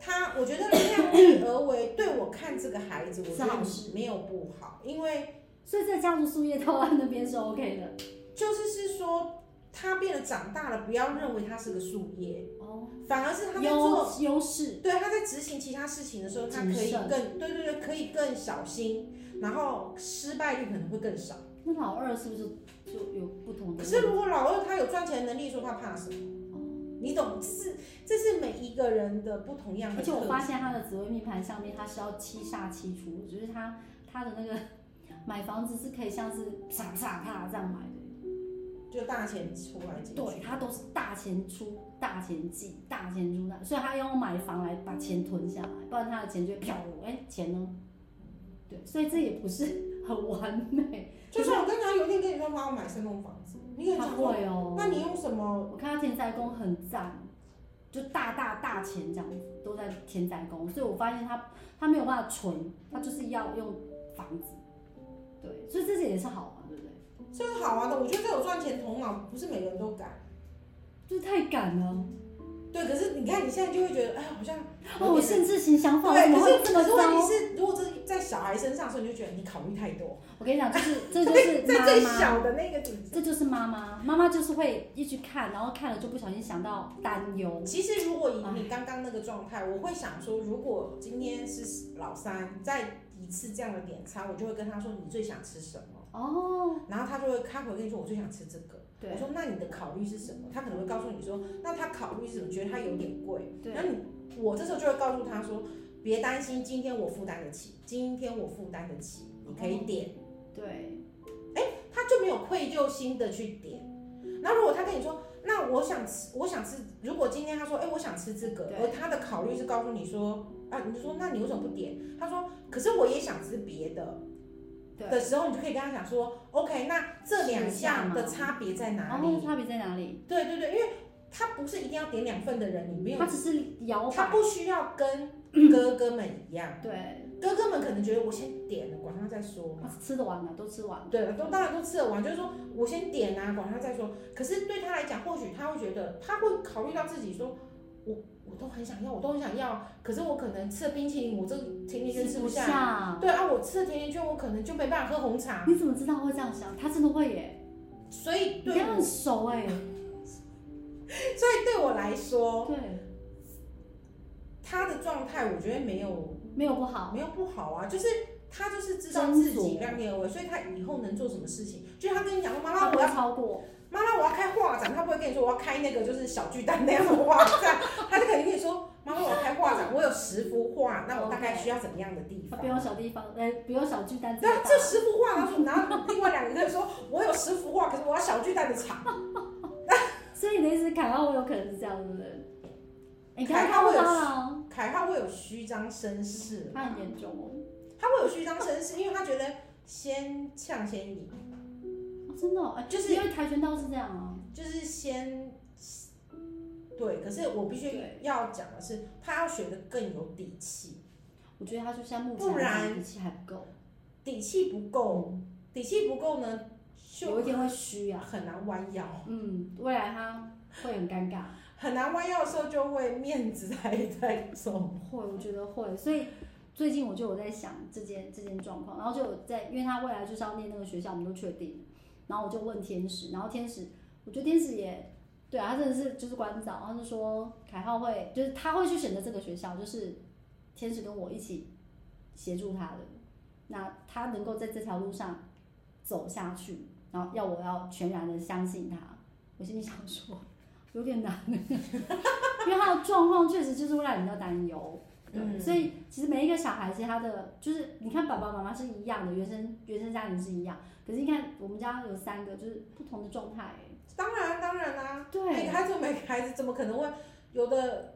S1: 他我觉得量力而为，对我看这个孩子，我觉
S2: 是好
S1: 得没有不好，因为
S2: 所以在家族树叶到案那边是 OK 的
S1: 就是是说他变得长大了，不要认为他是个树叶，
S2: 哦，
S1: 反而是他在做
S2: 优优势
S1: 对，他在执行其他事情的时候，他可以
S2: 谨慎
S1: 更对对对，可以更小心，然后失败率可能会更少。
S2: 那老二是不是就有不同的？
S1: 可是如果老二他有赚钱能力，说他怕什么？
S2: 哦，
S1: 你懂？是这是每一个人的不同样的
S2: 而
S1: 特
S2: 且
S1: 质。
S2: 我发现他的紫微命盘上面，他是要七煞七除，就是他他的那个买房子是可以像是啪啪啪这样买的，
S1: 就大钱出来进去
S2: 对，他都是大钱出、大钱进、大钱出的，所以他要用买房来把钱囤下来，不然他的钱就会飘了，哎、钱呢？对，所以这也不是 很完美，
S1: 就是我跟他有一天跟你说妈，我买三栋房子，你很
S2: 他
S1: 想说，
S2: 会哦、
S1: 那你用什么？
S2: 我看到天灾宫很赞，就大大大钱这样子都在天灾宫，所以我发现他他没有办法存，他就是要用房子，对，所以这些也是好嘛，对不对？
S1: 这是好玩的，啊我觉得这有赚钱头脑，不是每个人都敢。
S2: 就是太赶了，
S1: 对，可是你看你现在就会觉得，哎，好像
S2: 哦，我限制型想法怎
S1: 对，
S2: 么
S1: 可
S2: 会
S1: 是
S2: 这
S1: 可
S2: 么
S1: 是问题
S2: 糟？
S1: 是，如果这在小孩身上的时候，你就觉得你考虑太多。
S2: 我跟你 讲，就是这就
S1: 对，
S2: 是
S1: 在最
S2: 妈妈，
S1: 小的那个底子。
S2: 这就是妈妈，妈妈就是会一直看，然后看了就不小心想到担忧，
S1: 其实，如果以你刚刚那个状态，我会想说，如果今天是老三再一次这样的点餐，我就会跟他说你最想吃什么，
S2: 哦，
S1: 然后他就会开口跟你说我最想吃这个。
S2: 对
S1: 我说那你的考虑是什么？他可能会告诉你说，那他考虑是什么？觉得他有点贵。
S2: 对
S1: 那你我这时候就会告诉他说，别担心，今天我负担得起，今天我负担得起，你可
S2: 哦
S1: 以点。
S2: 对，
S1: 他就没有愧疚心的去点。那如果他跟你说，那我想吃，我想吃，如果今天他说，哎、我想吃这个，
S2: 对
S1: 而他的考虑是告诉你说，啊，你就说，那你为什么不点？他说，可是我也想吃别的。
S2: 对
S1: 的时候，你就可以跟他讲说，OK，那这两项的
S2: 试一
S1: 差别在哪
S2: 然
S1: 里
S2: 后？哦差别在哪里？
S1: 对对对，因为他不是一定要点两份的人，你没有
S2: 他，嗯只是摇
S1: 他
S2: 摆，
S1: 不需要跟哥哥们一样，
S2: 对，
S1: 哥哥们可能觉得我先点了，管他再说嘛
S2: 他。吃得完了，都吃完了，
S1: 对，都当然都吃得完，就是说我先点啊，管他再说。可是对他来讲，或许他会觉得，他会考虑到自己说，我我都很想要，我都很想要，可是我可能吃了冰淇淋，我这个甜甜圈吃不下。
S2: 下
S1: 对啊，我吃了甜甜圈，我可能就没办法喝红茶。
S2: 你怎么知道会这样想？他真的会耶，
S1: 所以
S2: 你
S1: 对
S2: 跟他
S1: 我，
S2: 很熟哎，
S1: 所以对我来说，
S2: 对，
S1: 他的状态我觉得没有
S2: 没有不好，
S1: 没有不好啊，就是。他就是知道自己
S2: 斟酌
S1: 量力而为，所以他以后能做什么事情，就是他跟你讲说，妈
S2: 他
S1: 妈
S2: 不
S1: 我
S2: 会
S1: 要
S2: 超过，
S1: 妈妈，我要开画展，他不会跟你说我要开那个就是小巨蛋那样的画展，他就肯定跟你说，妈妈，我要开画展，我有十幅画，那我大概需要怎么样的地
S2: 他
S1: 方
S2: 不？用小地方，呃，不用小巨蛋，
S1: 对啊，这十幅画，然后然后另外两个人说，我有十幅画，可是我要小巨蛋的场，
S2: 所以你的意思，卡到我有可能是这样，对不对？你
S1: 凯浩
S2: 看他
S1: 会有
S2: 当了，
S1: 凯浩会有虚张声势，
S2: 他很严重哦，
S1: 他会有虚张声势，因为他觉得先呛先赢，
S2: 哦真的、哦，哎
S1: 就是
S2: 因为跆拳道是这样啊。
S1: 就是先对。可是我必须
S2: 对
S1: 要讲的是，他要学的更有底气，
S2: 我觉得他就像目
S1: 不然
S2: 前底气还不够，
S1: 底气不够，底气不够呢，
S2: 有
S1: 就
S2: 一天会虚啊。
S1: 很难弯腰。
S2: 嗯，未来他会很尴尬。
S1: 很难弯腰的时候就会面子还在走。
S2: 会，我觉得会。所以最近我就有在想这件这件状况，然后就有在，因为他未来就是要念那个学校，我们都确定了。然后我就问天使，然后天使，我觉得天使也对啊，他真的是就是关照，他就说凯浩会，就是他会去选择这个学校，就是天使跟我一起协助他的，那他能够在这条路上走下去，然后要我要全然的相信他。我心里想说，有点难， 因为他的状况确实就是会让人家担忧。
S1: 嗯，
S2: 所以其实每一个小孩，其实他的就是，你看爸爸妈妈是一样的，原生原生家庭是一样，可是你看我们家有三个就是不同的状态、欸
S1: 当然当然啦、每
S2: 对
S1: 个，孩子有每个孩子怎么可能会有的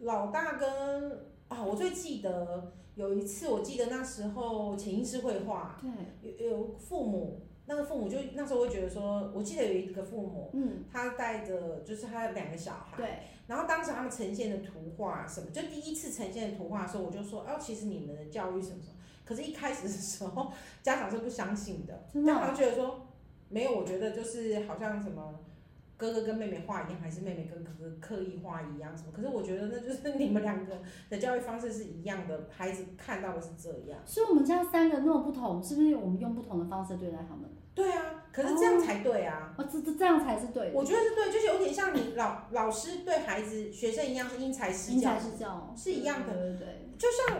S1: 老大跟啊，我最记得有一次，我记得那时候潜意识绘画，
S2: 对，
S1: 有有父母，那个父母就那时候会觉得说，我记得有一个父母，
S2: 嗯，
S1: 他带着就是他两个小孩，
S2: 对，
S1: 然后当时他们呈现的图画什么，就第一次呈现的图画的时候，我就说，哦，其实你们的教育什么什么，可是一开始的时候 家长是不相信的，
S2: 真的
S1: 但好像觉得说没有，我觉得就是好像什么哥哥跟妹妹画一样，还是妹妹跟哥哥刻意画一样什么，可是我觉得那就是你们两个的教育方式是一样的，孩子看到的是这样，
S2: 所以我们家三个那么不同，是不是我们用不同的方式对待他们？
S1: 对啊，可是这样才对啊。
S2: 哦，这这这样才是对的，
S1: 我觉得是对，就是有点像你老老师对孩子学生一样是因材施
S2: 因
S1: 教
S2: 材，施教
S1: 是一样的，
S2: 对对对，
S1: 就像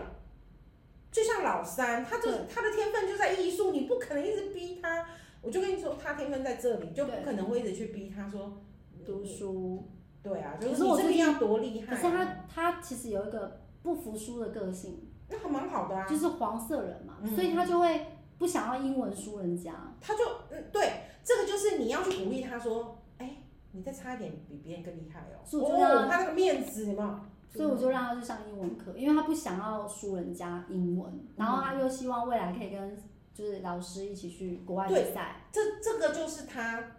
S1: 就像老三，他就是
S2: 对
S1: 他的天分就在艺术，你不可能一直逼他。我就跟你说，他天分在这里，就不
S2: 对
S1: 可能会一直去逼他说
S2: 读书，
S1: 对啊，就
S2: 可
S1: 是
S2: 是
S1: 你
S2: 我
S1: 这
S2: 最
S1: 个
S2: 近
S1: 要多厉害
S2: 可
S1: 啊、
S2: 是他他其实有一个不服输的个性，
S1: 那还蛮好的啊，
S2: 就是黄色人嘛，
S1: 嗯
S2: 所以他就会不想要英文输人家。
S1: 他就嗯对，这个就是你要去鼓励他说，哎、你再差一点，比别人更厉害哦。
S2: 所以我就让
S1: 哦，他那个面子嘛，
S2: 所以我就让他去上英文课，因为他不想要输人家英文，
S1: 嗯
S2: 然后他又希望未来可以跟就是老师一起去国外比赛，
S1: 这这个就是他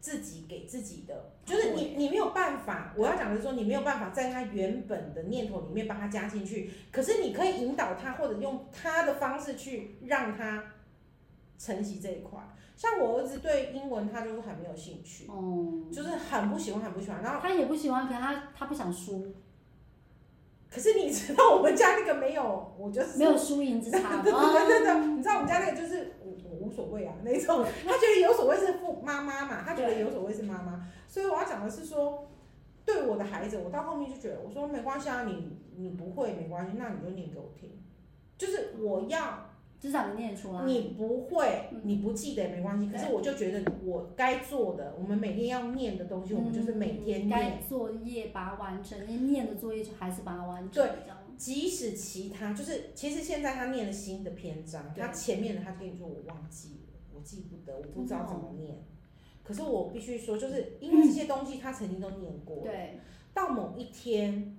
S1: 自己给自己的，就是你你没有办法，我要讲的是说你没有办法在他原本的念头里面把他加进去，可是你可以引导他，或者用他的方式去让他承袭这一块。像我儿子对英文，他就是很没有兴趣，
S2: 嗯，
S1: 就是很不喜欢，很不喜欢。然后，
S2: 他也不喜欢，可是他他不想输，
S1: 可是你知道我们家那个没有，我就是
S2: 没有输赢之差，
S1: 对对 对对
S2: 哦
S1: 对，你知道我们家那个就是我我无所谓啊那 种，他觉得有所谓是父妈妈嘛，他觉得有所谓是妈妈，所以我要讲的是说，对我的孩子，我到后面就觉得我说没关系啊，你你不会没关系，那你就念给我听，就是我要
S2: 至少你念出来，
S1: 你不会
S2: 嗯，
S1: 你不记得也没关系，可
S2: 对
S1: 是我就觉得我该做的，我们每天要念的东西，我们就是每天
S2: 嗯
S1: 念
S2: 该，作业把它完成，你念的作业就还是把它完成，
S1: 对
S2: 这样
S1: 即使其他就是，其实现在他念了新的篇章，
S2: 对
S1: 他前面的他跟你说我忘记了，我记不得，我不知道怎么念。
S2: 嗯
S1: 可是我必须说，就是因为这些东西他曾经都念过，
S2: 对，
S1: 到某一天，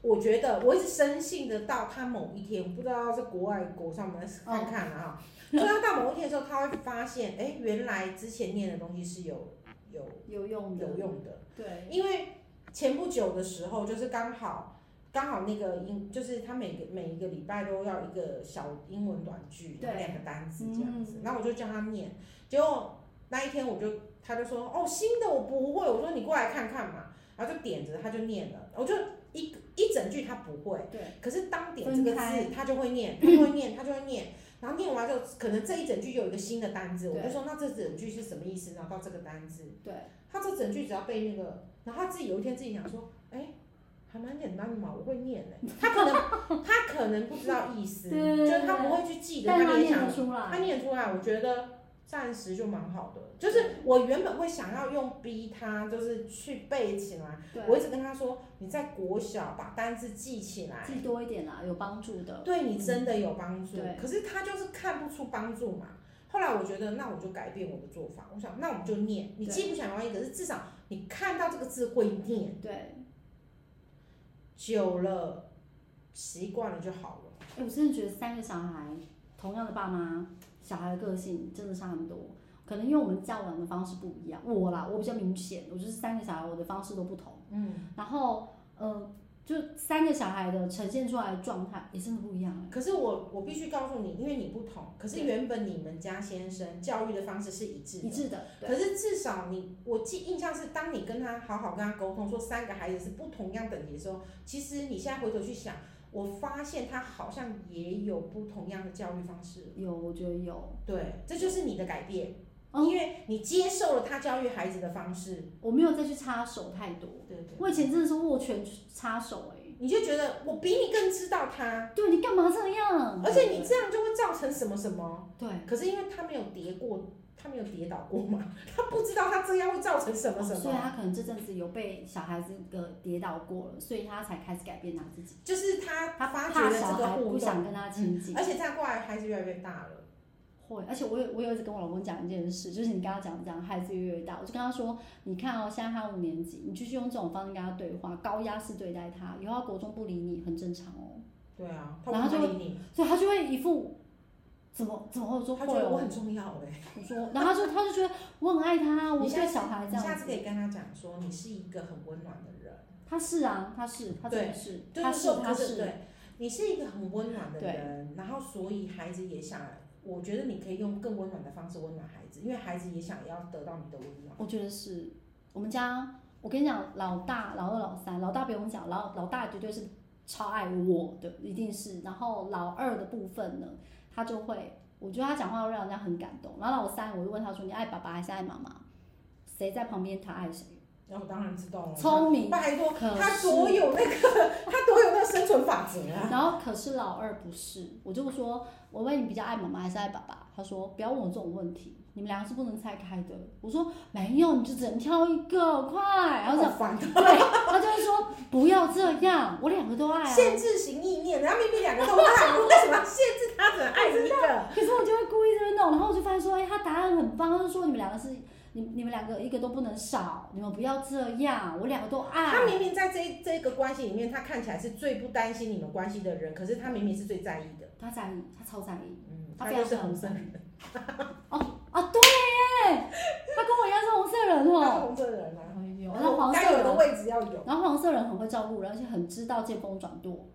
S1: 我觉得我一直深信的到他某一天，我不知道是国外国上，我们看看啊，
S2: 嗯
S1: 就他到某一天的时候，他会发现，哎，原来之前念的东西是有有
S2: 有用的，
S1: 有用的。
S2: 对，
S1: 因为前不久的时候，就是刚好刚好那个英，就是他每个每一个礼拜都要一个小英文短句，
S2: 对嗯
S1: 两个单词这样子，然后我就叫他念，结果那一天我就他就说哦新的我不会，我说你过来看看嘛，然后就点着他就念了，我就一个一整句他不会，
S2: 对，
S1: 可是当点这个
S2: 分开
S1: 字他就会 念，他就会念，他就会念。然后念完之后，可能这一整句又有一个新的单字，我就
S2: 对
S1: 说那这整句是什么意思？然后到这个单字，
S2: 对，
S1: 他这整句只要背那个，然后他自己有一天自己想说，哎、还蛮简单的嘛，我会念哎、他可能他可能不知道意思，
S2: 对
S1: 就是他不会去记得，
S2: 但
S1: 他
S2: 他
S1: 联
S2: 念
S1: 想
S2: 得出
S1: 他
S2: 来，
S1: 念出来，我觉得暂时就蛮好的。就是我原本会想要用逼他，就是去背起来，我
S2: 对，
S1: 一直跟他说，你在国小把单字记起来。
S2: 记多一点啦，有帮助的，嗯
S1: 对你真的有帮助，
S2: 对
S1: 可是他就是看不出帮助嘛。后来我觉得，那我就改变我的做法，我想，那我们就念，你
S2: 对
S1: 既不想要一个，可是至少你看到这个字会念，
S2: 对，
S1: 久了习惯了就好了。
S2: 哎，我真的觉得三个小孩，同样的爸妈，小孩的个性真的差很多。可能因为我们教养的方式不一样，我啦，我比较明显，我就是三个小孩，我的方式都不同。
S1: 嗯，
S2: 然后，呃，就三个小孩的呈现出来的状态也真的不一样、
S1: 可是我我必须告诉你，因为你不同，可是
S2: 对
S1: 原本你们家先生教育的方式是一致
S2: 一
S1: 的。
S2: 致的。对
S1: 可是至少你，我记印象是，当你跟他好好跟他沟通，说三个孩子是不同样等级的时候，其实你现在回头去想，我发现他好像也有不同样的教育方式。
S2: 有，我觉得有。
S1: 对，这就是你的改变，
S2: 哦
S1: 因为你接受了他教育孩子的方式。
S2: 我没有再去插手太多，
S1: 对对，
S2: 我以前真的是握拳插手、欸，
S1: 你就觉得我比你更知道他，
S2: 哎，对你干嘛这样？
S1: 而且你这样就会造成什么什么。
S2: 嗯对
S1: 可是因为他没有跌过，他没有跌倒过嘛，他不知道他这样会造成什么什
S2: 哦所以
S1: 么，
S2: 他可能这阵子有被小孩子的跌倒过了，所以他才开始改变他自己。
S1: 就是他
S2: 他
S1: 发
S2: 怕
S1: 觉了
S2: 小
S1: 这个
S2: 孩
S1: 互动，
S2: 不
S1: 嗯
S2: 想跟他亲近，
S1: 而且再过来孩子越来越大了，
S2: 会，而且我有我有一直跟我老公讲一件事，就是你刚刚讲讲孩子越来越大，我就跟他说，你看哦，现在他五年级，你继续用这种方式跟他对话，高压式对待他，以后他国中不理你很正常哦。
S1: 对啊，
S2: 然
S1: 他
S2: 后
S1: 不
S2: 就
S1: 会理你，
S2: 所以他就会一副怎么怎么我说
S1: 他
S2: 会
S1: 觉得我
S2: 哦，
S1: 很重要哎、
S2: 我说，然后他就他就觉得我很爱他，啊我
S1: 你下
S2: 对
S1: 次
S2: 小孩这
S1: 你下
S2: 样
S1: 次
S2: 子
S1: 可，以跟他讲说，你是一个很温暖的人，
S2: 他是啊，他是他真的是，
S1: 就
S2: 他
S1: 是说，
S2: 他
S1: 可是
S2: 是，
S1: 对，你是一个很温暖的
S2: 对
S1: 人，然后所以孩子也想，我觉得你可以用更温暖的方式温暖孩子，因为孩子也想要得到你的温暖。
S2: 我觉得是我们家，我跟你讲，老大、老二、老三，老大不用讲，老老大绝对是超爱我的，一定是。然后老二的部分呢，他就会，我觉得他讲话会让人家很感动。然后老三，我就问他说：“你爱爸爸还是爱妈妈？谁在旁边，他爱谁？”
S1: 然后哦当然知道了，
S2: 聪明，
S1: 拜托，
S2: 可
S1: 他
S2: 是
S1: 多有那个，他多有那个生存法则啊！
S2: 然后可是老二不是，我就说，我问你比较爱妈妈还是爱爸爸？他说不要问我这种问题，你们两个是不能拆开的。我说没有，你就只能挑一个，快！然后这样，
S1: 好烦，
S2: 对，他就会说不要这样，我两个都爱啊。
S1: 限制型意念，然后明明两个都爱，为什么要限制他只能爱一个？
S2: 可是我就会故意这边弄，然后我就发现说，哎、他答案很棒，他就说你们两个是，你你们两个一个都不能少，你们不要这样，我两个都
S1: 他
S2: 爱。
S1: 明明在这这个关系里面，他看起来是最不担心你们关系的人，可是他明明是最在意的。
S2: 他在意，他超在意。
S1: 嗯，
S2: 他
S1: 他
S2: 非
S1: 就
S2: 常
S1: 是红色人，
S2: 啊，对耶，他跟我一样是红色人
S1: 他是
S2: 哦。
S1: 红色人啊，
S2: 哎呦，
S1: 然
S2: 那
S1: 后
S2: 黄色
S1: 该有
S2: 人
S1: 的位置要有。
S2: 然后黄色人很会照顾人，而且很知道见风转舵，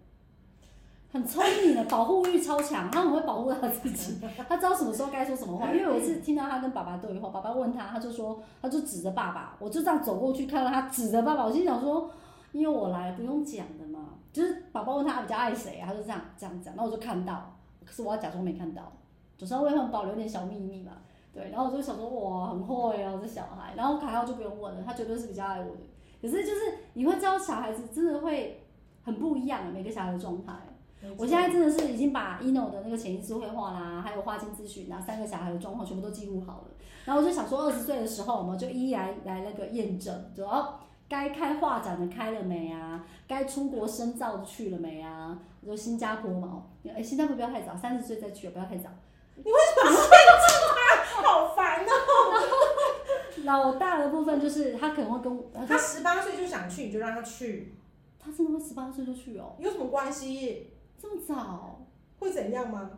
S2: 很聪明的，保护欲超强，他很会保护他自己， 他知道什么时候该说什么话。因为有一次听到他跟爸爸对话，爸爸问他，他就说，他就指着爸爸，我就这样走过去看到他指着爸爸，我心想说，因为我来不用讲的嘛，就是爸爸问他比较爱谁，啊他就这样这样讲，那我就看到，可是我要假装没看到，总是要为他们保留点小秘密嘛。对，然后我就想说，哇，很会哦，这小孩。然后凯浩就不用问了，他绝对是比较爱我的。可是就是你会知道小孩子真的会很不一样，每个小孩的状态。我现在真的是已经把 ino 的那个潜意识绘画啦，还有花精咨询啊，三个小孩的状况全部都记录好了。然后我就想说，二十岁的时候我们就一一来来那个验证，主要该开画展的开了没啊？该出国深造的去了没啊？我说新加坡嘛，哦哎，新加坡不要太早，三十岁再去不要太早。
S1: 好烦哦！
S2: 老大的部分就是他可能会跟我，他
S1: 他十八岁就想去，你就让他去，
S2: 他真的会十八岁就去哦，
S1: 有什么关系？
S2: 这么早，
S1: 会怎样吗？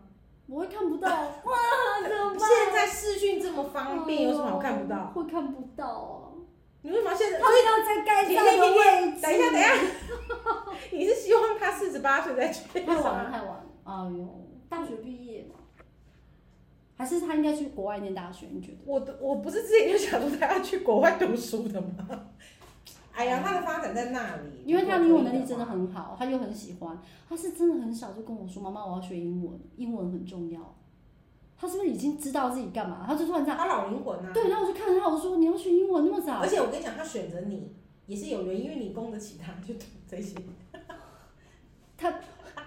S2: 我会 看不到哇，怎么办？哎
S1: 现在视讯这么方便，有什么好看不到？
S2: 会看不到哦。
S1: 你为什么现在
S2: 他会到在该在的位置。
S1: 等一下， 等一下，你是希望他四十八岁再去？
S2: 太晚了，太晚了。哎呦，大学毕业嘛，还是他应该去国外念大学？你觉得？
S1: 我的我不是之前就想说他要去国外读书的吗？哎呀，他的发展在那里，
S2: 因为他
S1: 如果可以
S2: 英文能力真的
S1: 话。
S2: 很好，他又很喜欢，他是真的很小就跟我说：“妈妈，我要学英文，英文很重要。”他是不是已经知道自己干嘛？他就突然这样，
S1: 他老灵魂啊！
S2: 对，然后啊我就看着他，我说：“你要学英文那么早
S1: 而？”且我跟你讲，他选择你也是有原因，因为你供得起他去读这些。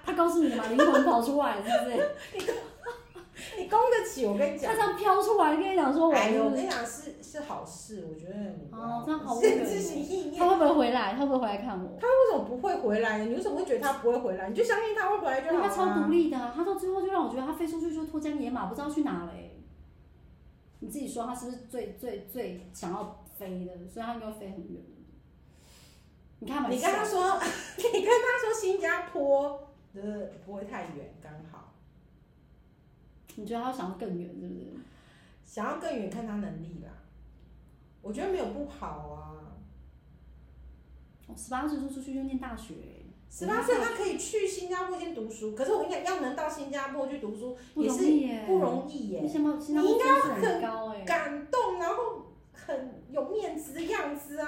S2: 他告诉你的嘛，灵魂跑出来是不是？
S1: 你供得起，我跟你
S2: 他
S1: 讲
S2: 这。样飘出来跟你讲说：“我
S1: 哎
S2: 是
S1: 呦，
S2: 不
S1: 我
S2: 是
S1: 跟你讲是是好事，我觉得你不要
S2: 哦这样好哦
S1: 限
S2: 可
S1: 制
S2: 怜
S1: 性意念。
S2: 他会不会回来？他会不会回来看我？
S1: 他为什么不会回来呢？你为什么会觉得他不会回来？你就相信他会回来就
S2: 因为
S1: 好
S2: 他
S1: 了。
S2: 超独立的啊，他到最后就让我觉得他飞出去就脱缰野马，不知道去哪了、欸。你自己说他是不是最最最想要飞的？所以他应该飞很远。你看嘛，
S1: 你跟他说，你跟他说新加坡就是不会太远，刚好。
S2: 你觉得他想要更远，是不是？
S1: 想要更远，看他能力啦。我觉得没有不好啊。
S2: 我哦十八岁就出去就念大学、
S1: 十八岁他可以去新加坡先读书，可是我跟你讲，要能到新加坡去读书
S2: 不
S1: 也
S2: 容
S1: 是
S2: 易耶，
S1: 不容易耶
S2: 易。新加坡新加坡分数很高哎、
S1: 感动，然后很有面子的样子啊！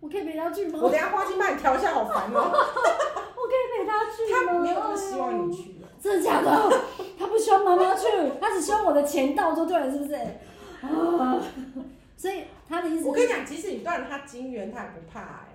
S2: 我可以陪他去吗？哦
S1: 我等一下花心把你调一下，好烦哦。
S2: 我可以陪他去吗？
S1: 他没有那么希望你去了。
S2: 真的假的？ 他不希望妈妈去，他只希望我的钱到就对了，是不是？ 啊，所以他的意思，
S1: 我跟你讲，即使你断了他金元，他也不怕哎、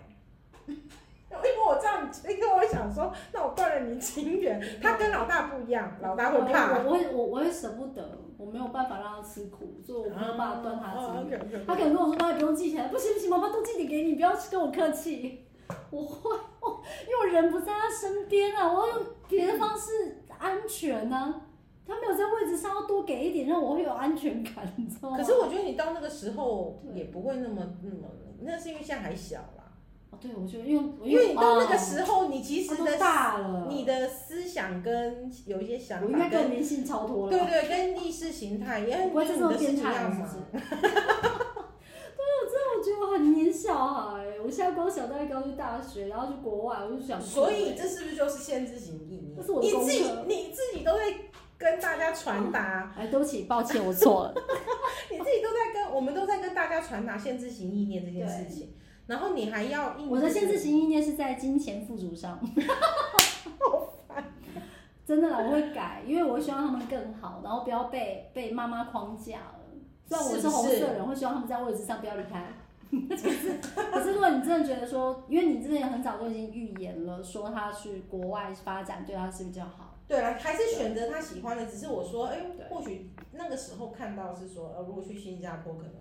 S1: 因为我这样，因为我想说，那我断了你金元，他跟老大不一样，老大会怕。
S2: 我我会我我会舍不得，我没有办法让他吃苦，所以我没有办法断他
S1: 哦
S2: 金
S1: ，OK，OK，OK
S2: 元。他可能跟我说：“妈妈不用记起来，不行不行，妈妈都寄点给你，不要跟我客气。”我会，我因为我人不在他身边啊，我要用别的方式安全呢、啊。他没有在位置上，要多给一点，让我会有安全感，你知道吗？
S1: 可是我觉得你到那个时候
S2: 对
S1: 也不会那么那么，那是因为现在还小啦。
S2: 哦，对，我觉得因为我
S1: 因为你到那个
S2: 哦
S1: 时候，你其
S2: 他
S1: 实
S2: 都
S1: 的
S2: 大了，
S1: 你的思想跟有一些想
S2: 我应
S1: 法
S2: 该
S1: 跟
S2: 更迷信超脱了。
S1: 对啊对跟意识形态，因为
S2: 我不会
S1: 就是
S2: 这
S1: 哎你
S2: 么
S1: 的事
S2: 变
S1: 情
S2: 态
S1: 要
S2: 了，是不
S1: 忙
S2: 是？。对，啊我真的我觉得我很黏小孩，我现在光想到刚去大学，然后去国外，我就想哭。
S1: 所以这是不是就是限制型意念？
S2: 这是我的
S1: 你
S2: 功课
S1: 自己你自己都在跟大家传 达，
S2: 哎，对不起，抱歉，我错了。
S1: 你自己都在跟我们都在跟大家传达限制型意念这件事情，然后你还要硬
S2: 我的
S1: 就是
S2: 限制型意念是在金钱富足上。 真的啦，我会改，因为我希望他们更好，然后不要被被妈妈框架了。虽然我是红色
S1: 是
S2: 人，会希望他们在位置上不要离开。 可是，可是如果你真的觉得说，因为你之前很早就已经预言了，说他去国外发展对他是比较好。
S1: 对了，还是选择他喜欢的。只是我说，哎、
S2: 对
S1: 或许那个时候看到是说，呃，如果去新加坡可能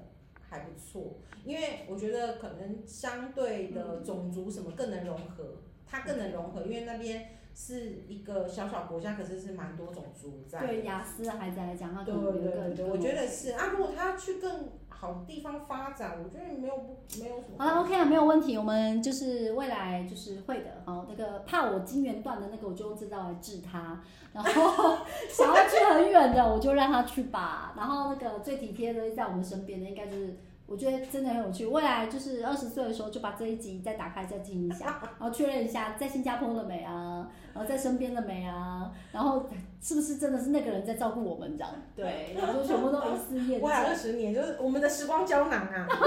S1: 还不错，因为我觉得可能相对的
S2: 嗯
S1: 种族什么更能融合，它更能融合，因为那边是一个小小国家，可是是蛮多种族在。
S2: 对雅思的孩子来讲，他可
S1: 对
S2: 能有
S1: 对
S2: 一个
S1: 对对，
S2: 更
S1: 我觉得是啊。如果他去更好的地方发展，我觉得没有不没有什么。
S2: 好了，OK 啊，没有问题。我们就是未来就是会的。好，那个怕我金元断的那个，我就用这招来治他。然后想要去很远的，我就让他去吧。然后那个最体贴的在我们身边的，应该就是我觉得真的很有趣。未来就是二十岁的时候，就把这一集再打开再听一下，然后确认一下在新加坡了没啊，然后在身边了没啊，然后是不是真的是那个人在照顾我们这样？对，然后就全部都一次
S1: 未
S2: 验证。
S1: 来二十年就是我们的时光胶囊啊。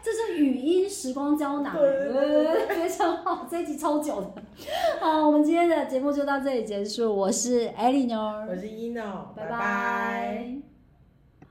S2: 这是语音时光胶囊，呃
S1: 对对对对
S2: 非常好，这一集超久的。好，我们今天的节目就到这里结束，我是艾莉妞儿，
S1: 我是 ino，拜
S2: 拜拜